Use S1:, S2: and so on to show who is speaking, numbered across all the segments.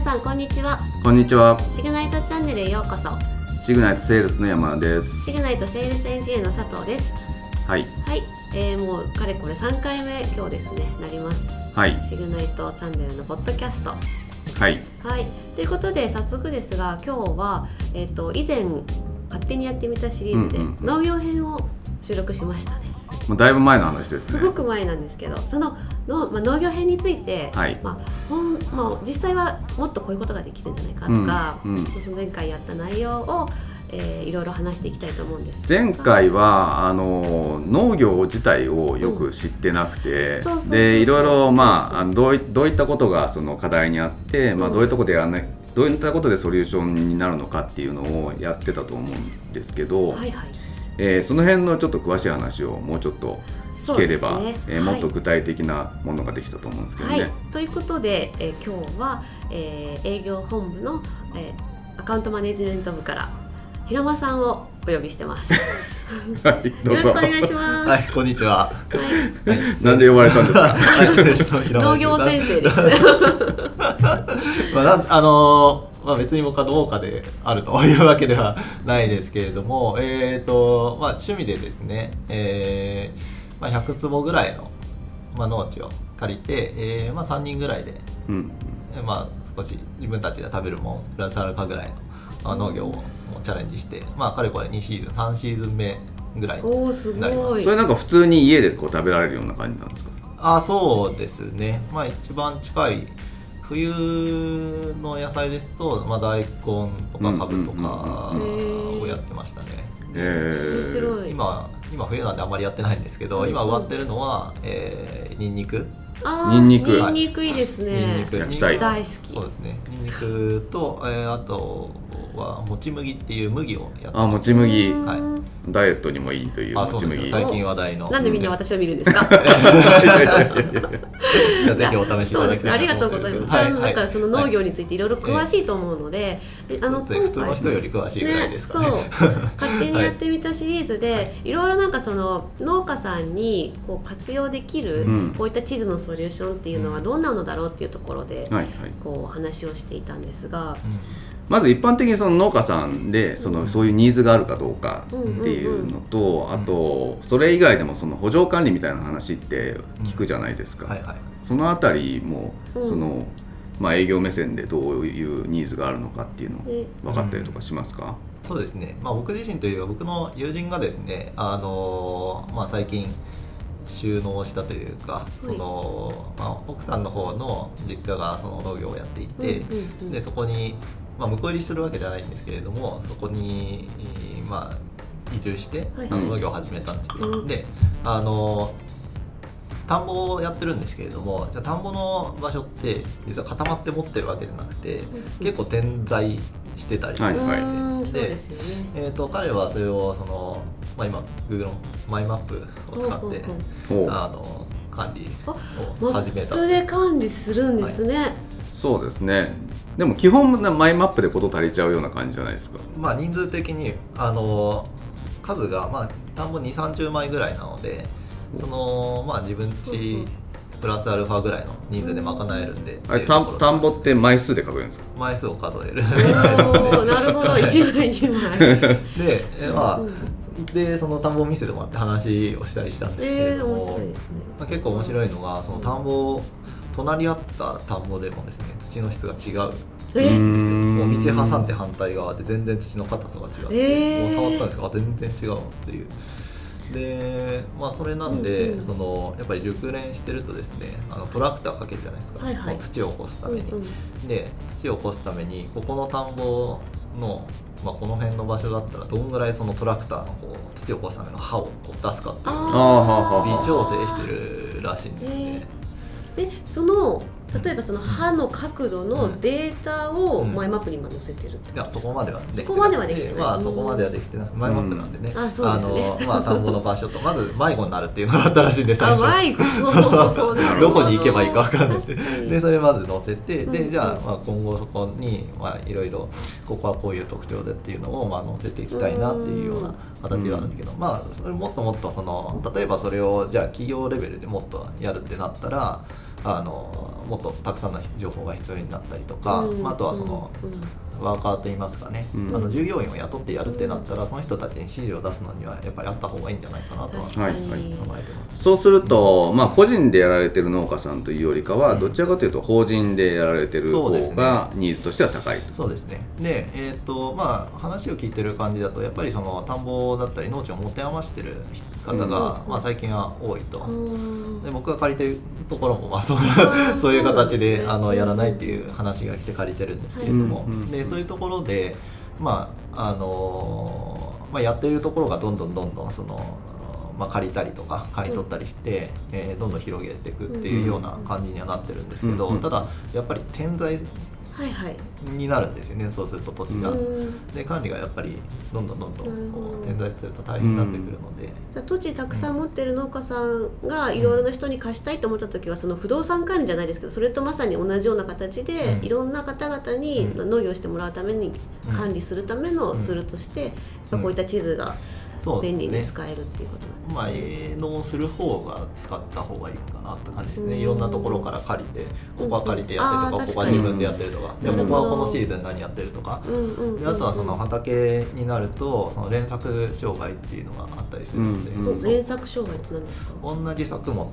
S1: さんこんにちは
S2: こんにちは。
S1: シグナイトチャンネルへようこそ
S2: シグナイトセールスの山田です。
S1: シグナイトセールスエンジニアの佐藤です
S2: はい。
S1: はい、えー、もうかれこれ3回目今日ですねなります
S2: はい。
S1: シグナイトチャンネルのポッドキャスト
S2: はい。
S1: はい、ということで早速ですが今日は、えっと以前勝手にやってみたシリーズで
S2: うんうんうん
S1: 農業編を収録しましたね、
S2: もうだいぶ前の話です
S1: す
S2: ね。
S1: ごく前なんですけどそのの、まあ、農業編について、
S2: はい
S1: まあ本まあ、実際はもっとこういうことができるんじゃないかとか、
S2: うんうん
S1: その前回やった内容を、えーいろいろ話していきたいと思うんですが
S2: 前回はあの農業自体をよく知ってなくて、
S1: うんそうそうそうそう
S2: でいろいろまああのどういどういったことがその課題にあって、まあ
S1: うん
S2: どういうとこでやらないどういったことでソリューションになるのかっていうのをやってたと思うんですけど、
S1: はいはい
S2: えーその辺のちょっと詳しい話をもうちょっと聞ければ、
S1: そうですね
S2: えーもっと
S1: はい
S2: 具体的なものができたと思うんですけど
S1: は
S2: ね。
S1: い、ということで、えー今日は、えー営業本部の、えーアカウントマネジメント部から平間さんをお呼びしてます。よ
S2: はい、 どう
S1: ろしく
S2: ぞ
S1: お。願いします。
S3: はい、こんにちは。
S1: はい
S2: なんで呼ばれたんですか。
S3: はい、選手の平
S1: 農
S3: 松です
S1: 業先生 です。
S3: まあ、なんあのーまあ、別に僕は農家であるというわけではないですけれども、えーとまあ、趣味でですね、えーまあ、100坪ぐらいの、まあ、農地を借りて、えーまあ、3人ぐらいで、
S2: うん、
S3: えーまあ、少し自分たちで食べるものプラスアルファぐらいの、まあ、農業をチャレンジして、まあ、かれこれ2シーズン3シーズン目ぐらい
S1: おおす
S3: なりま
S1: ごい。
S2: それなんか普通に家でこう食べられるような感じなんですか。
S3: あそうですねまあ一番近い冬の野菜ですと、まあ、大根とかかぶとか
S2: うん
S1: うんうんうん
S3: をやってましたね、
S2: え
S1: 面白い。
S3: 今今冬なんであんまりやってないんですけど、
S1: うん
S3: 今植わってるのは、えー、にんにく
S1: あー
S2: ニンニク
S1: ニンニクいいです
S3: にんに
S1: ね。
S3: く
S2: 焼きたい
S1: 大好
S3: そう
S1: き。
S3: ですねにんにくと、えーあとはもち麦っていう麦をやって
S2: あ、もち麦、
S1: うん
S3: はい
S2: ダイエットにもいいというも
S3: あそ
S2: ち
S3: うです
S2: 麦。
S3: よ
S2: いやい
S3: 最近話題の
S1: なんでみんな私を見るんですか。
S2: やいやいや
S3: いや ぜひお試しい
S1: そ
S3: た
S1: う
S3: だ
S1: で
S3: き
S1: すね。
S3: た
S1: あ
S3: い
S1: りが
S3: なと
S1: とう
S3: 思
S1: ご
S3: って
S1: ざい
S3: る
S1: ま
S3: ん
S1: す。多分
S3: ですけどは
S1: だ
S3: い
S1: からその
S3: はい
S1: 農業についていろいろ詳しいと思うので、であの
S3: そうですね普通の人より詳しいぐら
S1: ね、
S3: いです
S1: そ
S3: か
S1: う
S3: ね
S1: 勝手にやってみたシリーズで、い、ろいろなんかその農家さんにこう活用できる、
S2: うん
S1: こういった地図のソリューションっていうのはどうなのだろうっていうところで、
S2: はいはい。
S1: こう話をしていたんですが、
S3: うん
S2: まず一般的にその農家さんでそのそういうニーズがあるかどうか
S1: う
S2: っ
S1: んうんうん
S2: ていうのと、あとそれ以外でもその補助管理みたいな話って聞くじゃないですか。
S3: はいはい
S2: そのあたりも
S1: うん
S2: そのまあ営業目線でどういうニーズがあるのかっていうの
S1: で
S2: 分かったりとかしますか。
S3: そうですね、まあ、僕自身というか僕の友人がですね、あのーまあ、最近収納したというか、そのまあ、奥さんの方の実家がその農業をやっていて、
S1: うんうんうん
S3: でそこに、まあ、向こう入りするわけじゃないんですけれどもそこに、えーまあ、移住して、
S1: はい
S3: あの農業を始めたんですよ、
S1: うん
S3: であの田んぼをやってるんですけれどもじゃあ田んぼの場所って実は固まって持ってるわけじゃなくて結構点在してたりする
S2: 構はいはい
S1: うんそうですよね。
S3: えー、と彼はそれをその、まあ、今 Google のマイマップを使って
S1: ほうほうほう
S2: ほう
S3: あの管理を
S1: マ
S3: 始め
S1: ッ
S3: た
S1: プで管理するんですね。
S2: そうですね。でも基本マイマップでこと足りちゃうような感じじゃないですか。
S3: まあ、人数的にあの数が、まあ、田んぼ2 3 0枚ぐらいなのでその、まあ、自分
S1: うんう
S3: ち
S1: ん
S3: プラスアルファぐらいの人数で賄えるんで
S2: あれ
S3: っていう
S2: 田
S3: ところ
S2: 田んぼって枚数で書くんですか。
S3: 枚数を数える
S1: おーなるほど、一枚二枚。
S3: で、えま あ
S1: うん
S3: でその田んぼを見せてもらって話をしたりしたんですけれ
S1: えー、
S3: ど
S1: 面
S3: も、
S1: 白いですね。
S3: まあ、結構面白いのがその田んぼ隣り合った田んぼでもですね土の質が違うん
S1: え、
S2: うん
S3: ですよもう道挟んで反対側で全然土の硬さが違って、
S1: えー
S3: もう触ったんですがあ全然違うっていうでまあそれなんで、
S1: うんうん
S3: そのやっぱり熟練してるとですねあのトラクターかけるじゃないですか、
S1: はいはい
S3: その土を起こすた
S1: うん
S3: め
S1: う
S3: に、
S1: ん
S3: で土を起こすためにここの田んぼの、まあ、この辺の場所だったらどんぐらいそのトラクターのこう土を起こすための刃をこう出すかっていうのを
S2: あー
S3: 微調整してるらしいんですね。
S1: でその例えばその歯の角度のデータを
S3: うん
S1: マイマップに今載せてると
S3: いやそこまではできてない
S1: そこまではできてない
S3: まあそこまではできてないマイマップなんでね、
S1: うんあそうですね
S3: のまあ田んぼの場所とまず迷子になるっていうのがあったらしいんです最
S1: あ
S3: 初
S1: 迷子
S3: どこに行けばいいかわか んない
S1: 確かに
S3: でそれまず載せて
S1: うんう
S3: で
S1: ん
S3: じゃあまあ今後そこにまあいろいろここはこういう特徴でっていうのをまあ載せていきたいなっていうような形があるんだけどまあそれもっともっとその例えばそれをじゃあ企業レベルでもっとやるってなったらあのもっとたくさんの情報が必要になったりとか、
S1: うん
S3: まあ、あとはその、
S1: うんうん
S3: ワーカーと言いますかね、
S2: うん
S3: あの従業員を雇ってやるってなったらその人たちに指示を出すのにはやっぱりあった方がいいんじゃないかなとは
S1: 確か
S3: 考
S2: はいはい
S1: に、
S3: えてます、
S2: そうすると、まあ、個人でやられてる農家さんというよりかは、どちらかというと法人でやられてる
S3: そう
S2: 方
S3: ですね
S2: がニーズとしては高いと。
S3: そうですねでえっ、とまあ話を聞いてる感じだとやっぱりその田んぼだったり農地を持て余してる方が、
S2: うん
S3: まあ、最近は多いと、
S1: うん
S3: で僕が借りてるところもまあそう
S1: ー
S3: そういう形で
S1: そうなんですね
S3: あのやらないっていう話が来て借りてるんですけれども、
S2: はいうん
S3: でそういうところで、まああのーまあ、やってるところがどんどんどんどんその、まあ、借りたりとか買い取ったりして、えーどんどん広げていくっていうような感じにはなってるんですけど、
S2: うん
S3: ただやっぱり点在
S1: はいはい
S3: になるんですよねそうすると土地が。
S1: うん
S3: で管理がやっぱりどんどんどんどんこ
S1: なるほど
S3: う点在すると大変になってくるので。
S1: じゃあ土地たくさん持ってる農家さんがいろいろな人に貸したいと思った時はその不動産管理じゃないですけどそれとまさに同じような形で
S3: うん
S1: いろんな方々に
S3: う
S1: 農業してもらうために管理するためのツールとして
S3: うん
S1: こういった地図が
S3: そうです
S1: 便
S3: ね
S1: 利に使えるっていうことなんで
S3: まあ、営農する方が使った方がいいかなって感じですね、
S1: うん
S3: いろんなところから借りてここは借りてやって
S1: うん
S3: る
S1: あー
S3: とかここは
S1: 確かに
S3: 自分でやってるとかで
S1: なる
S3: こ
S1: ほ
S3: こ
S1: ど
S3: はこのシーズン何やってるとか
S1: す。うんうんうん
S3: であとはその畑になるとその連作障害っていうのがあったりするので、
S2: うんうん
S1: 連作障害って何ですか
S3: 同じ作物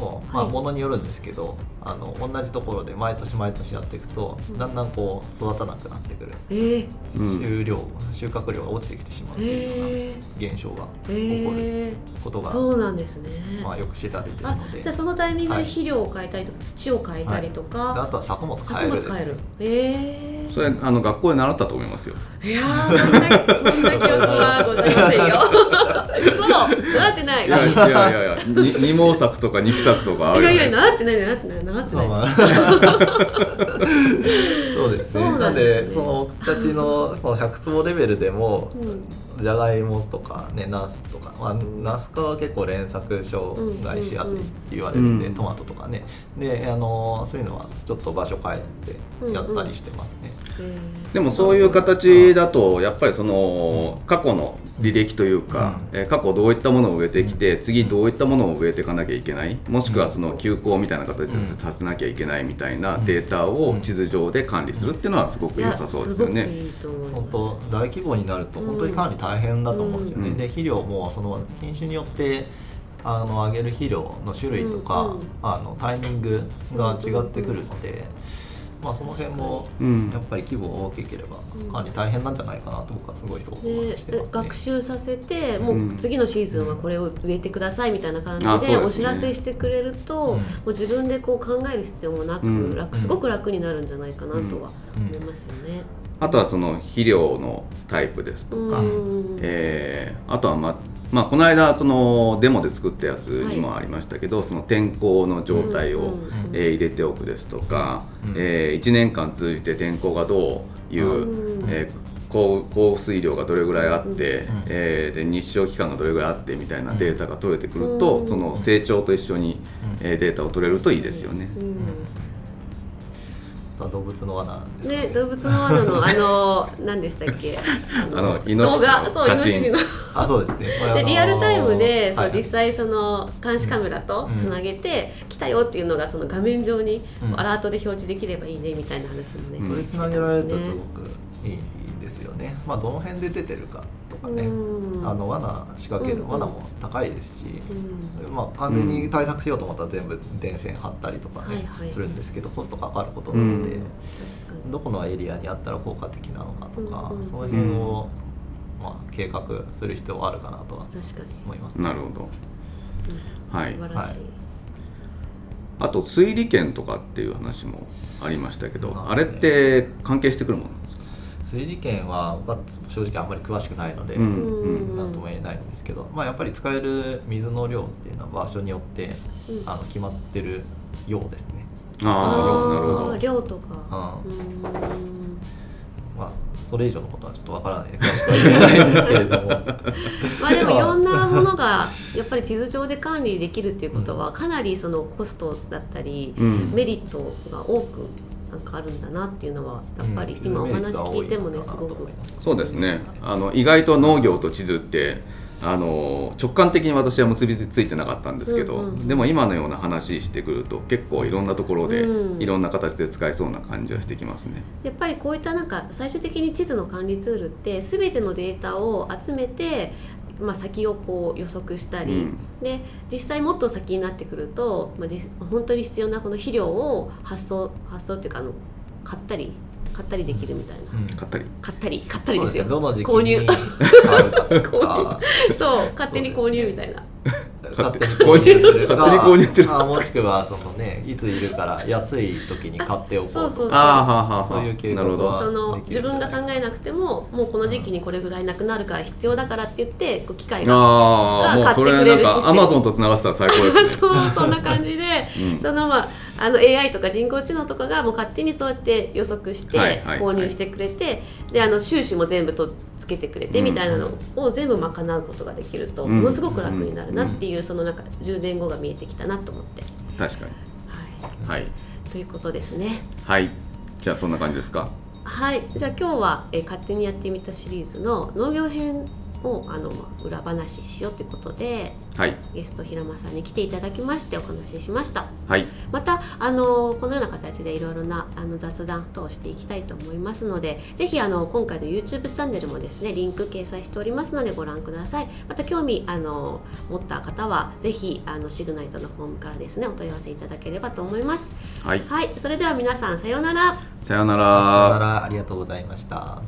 S3: を、まあ、
S1: はい
S3: ものによるんですけどあの同じところで毎年毎年やっていくと
S1: うん
S3: だんだんこう育たなくなってくる、
S1: えー、
S2: うん
S3: 収量収穫量が落ちてきてしまうっていうよ
S1: え
S3: うな現象が
S1: ー、え
S3: こと
S1: ー、
S3: が、
S1: そうなんですね、
S3: まあ、よく知られてる
S1: あ
S3: ので
S1: じゃあそのタイミングで
S3: はい
S1: 肥料を変えたりとか、土を変えたりとか、
S3: であとは作物買
S1: 作
S3: える
S1: 物
S3: ですね
S1: 変えるえ
S2: それあの学校で習ったと思いますよ。
S1: ー、いやーそんなそんな記憶はございませんよそう習ってない
S2: い
S1: い
S2: や
S1: や
S2: いやいやいや、 に二毛作とか二期作とかある
S1: い
S2: じゃ
S1: や
S2: ないい
S1: や
S2: で
S1: 習って
S2: すか。
S1: ない習ってない習ってない、
S3: まあまあ そうです
S1: そ
S3: ね
S1: うな
S3: なんん
S1: ですね
S3: でその僕たちのその100坪レベルでも
S1: うん
S3: じゃがいもとかねナスとか、まあ、ナス科は結構連作障害しやすいって言われるんで、
S2: うん
S3: トマトとかねであのそういうのはちょっと場所変えてやったりしてますね、
S1: え
S2: でもそういう形だとやっぱりその過去の履歴というか、えー過去どういったものを植えてきて次どういったものを植えていかなきゃいけないもしくはその休校みたいな形で
S3: うん
S2: させなきゃいけないみたいなデータを地図上で管理するっていうのはすご
S1: ー、
S2: く
S1: い
S2: 良
S1: や
S2: さそうですすよ
S1: ごく
S2: ね。
S1: いいと思い
S3: 本
S1: ます
S3: 当大規模になると本当に管理大変だと思うんですよね、
S2: うん
S3: で肥料もその品種によってあの上げる肥料の種類とか、
S1: うんうん
S3: あのタイミングが違ってくるので、まあ、その辺も
S2: うん
S3: やっぱり規模が大きければ
S1: うん
S3: 管理大変なんじゃないかなと僕はすごいそう
S1: で
S3: してますね
S1: 学。習させても
S2: う
S1: うん次のシーズンはこれを植えてくださいみたいな感じで,、
S2: あそうですね
S1: お知らせしてくれると、
S3: うん
S1: もう自分でこう考える必要もなく、
S2: うん
S1: 楽すごく楽になるんじゃないかなとは
S3: うん
S1: 思いますよね。
S2: あとはその肥料のタイプですとか、
S1: うん
S2: えーあとはままあ、この間そのデモで作ったやつにも
S1: は
S2: ありましたけど、その天候の状態を、
S1: うんうん
S2: えー入れておくですとか、
S3: うん
S2: え1年間通じて天候がどういう、
S1: うん
S2: えー降降水量がどれぐらいあって、
S3: ん
S2: えーで日照期間がどれぐらいあってみたいなデータが取れてくると、
S1: うん
S2: その成長と一緒に、
S3: うん
S2: えーデータを取れるといいですよね。
S1: うん
S3: あとは動物の罠ですか
S1: ね
S3: ね、
S1: 動物の罠 のあの何でしたっけ
S2: あのイノシシの
S1: そうイノ
S2: 写
S1: シシ
S2: 真
S1: の
S3: あそう ですね。これあ
S1: で
S3: の
S1: リアルタイムで、
S3: は
S1: そう
S3: い
S1: 実際その監視カメラとつなげて、来たよっていうのがその画面上に
S3: うん
S1: アラートで表示できればいいねみたいな話もね、
S2: うん
S3: それ
S1: し
S3: つ
S1: てた
S3: なんげられる
S1: で
S3: と
S1: す
S3: す
S1: ね
S3: ごくいいですよね。まあどの辺で出てるかとかね、
S1: うん
S3: あの罠仕掛け
S1: う
S3: る
S1: ん
S3: 罠も高いですし、
S1: うん
S3: まあ完全に対策しようと思ったら全部電線張ったりとかね、
S1: はいはい
S3: するんですけどコストかかることなので、
S2: うん
S1: 確かに
S3: どこのエリアにあったら効果的なのかとか、
S1: うんうん
S3: その辺を、まあ計画する必要はあるかなとは
S1: 確か
S3: 思います、
S2: なるほど、は
S1: に
S2: い
S1: 素、晴らしい、
S2: あと推理権とかっていう話もありましたけど、
S3: まあ
S2: あれって関係してくるものなんですか、
S3: 推理権は僕は正直あんまり詳しくないので。
S2: うん
S1: うん
S3: なんとも言えないんですけど、まあ、やっぱり使える水の量っていうのは場所によって、
S1: うん
S3: あの決まってるようですね、
S2: ああなるほどなるほ
S1: あー
S2: ど
S1: 量とか
S3: う
S1: うん
S3: まあ、それ以上のことはちょっとわからない詳しくは言えないんですけ れども
S1: まあでもいろんなものがやっぱり地図上で管理できるっていうことはかなりそのコストだったり、
S2: うん
S1: メリットが多くなんかあるんだなっていうのはやっぱり
S3: うん
S1: 今お話
S3: メリットは多
S1: 聞いてもね
S3: か
S1: す
S3: なと
S1: ご
S3: 思
S1: く
S3: います
S2: そうですねあの意外と農業と地図ってあの直感的に私は結びついてなかったんですけど、
S1: うんうん
S2: でも今のような話してくると結構いろんなところで、
S1: うん
S2: いろんな形で使えそうな感じはしてきますね。
S1: やっぱりこういったなんか最終的に地図の管理ツールって全てのデータを集めて、まあ、先をこう予測したり、
S2: うん
S1: で実際もっと先になってくると、まあ、実本当に必要なこの肥料を発送発送っていうかあの買ったり買ったりできるみたいな、
S2: 買ったり
S1: 買ったり買ったりですよ
S3: そうねどの時期
S1: 購入
S3: に買うかとか
S1: そう勝手に購入みたいな
S3: 勝手に購入する か
S2: 勝手に購入って
S3: あもしくはそのねいついるから安い時に買っておこうとか
S1: そうそうそう
S2: ああはあはあはあ
S3: そういう計画
S2: なるほ
S3: は
S2: ど
S1: その
S3: でき
S1: 自
S3: るんじゃな
S1: 分
S3: い
S1: が考えなくてももうこの時期にこれぐらいなくなるから必要だからって言ってこう機械が
S2: ああもうそれ
S1: 買ってくれ
S2: なん
S1: るシステム
S2: かアマゾンと繋がってたら最高 ですね。
S1: そうそんな感じで、
S2: うん
S1: そのまああの AI とか人工知能とかがもう勝手にそうやって予測して
S2: はいはいはい
S1: 購入してくれて、であの収支も全部とっつけてくれて
S2: うん
S1: みたいなのを全部賄うことができると
S2: うん
S1: ものすごく楽になるなっていう、そのなんか10年後が見えてきたなと思って、
S2: 確かに
S1: は
S2: はい
S1: い、ということですね。
S2: はいじゃあそんな感じですか。
S1: はい、じゃあ今日は、えー勝手にやってみたシリーズの農業編をあのまあ裏話しようということで
S2: はい
S1: ゲスト平間さんに来ていただきましてお話ししました。
S2: はい
S1: またあのこのような形でいろいろなあの雑談等をしていきたいと思いますのでぜひあの今回の YouTube チャンネルもですねリンク掲載しておりますのでご覧くださいまた興味あの持った方はぜひあのシグナイトのフォームからですねお問い合わせいただければと思います
S2: はい
S1: はいそれでは皆さんさようなら
S2: さような
S3: さよ
S2: ら
S3: な。らありがとうございました。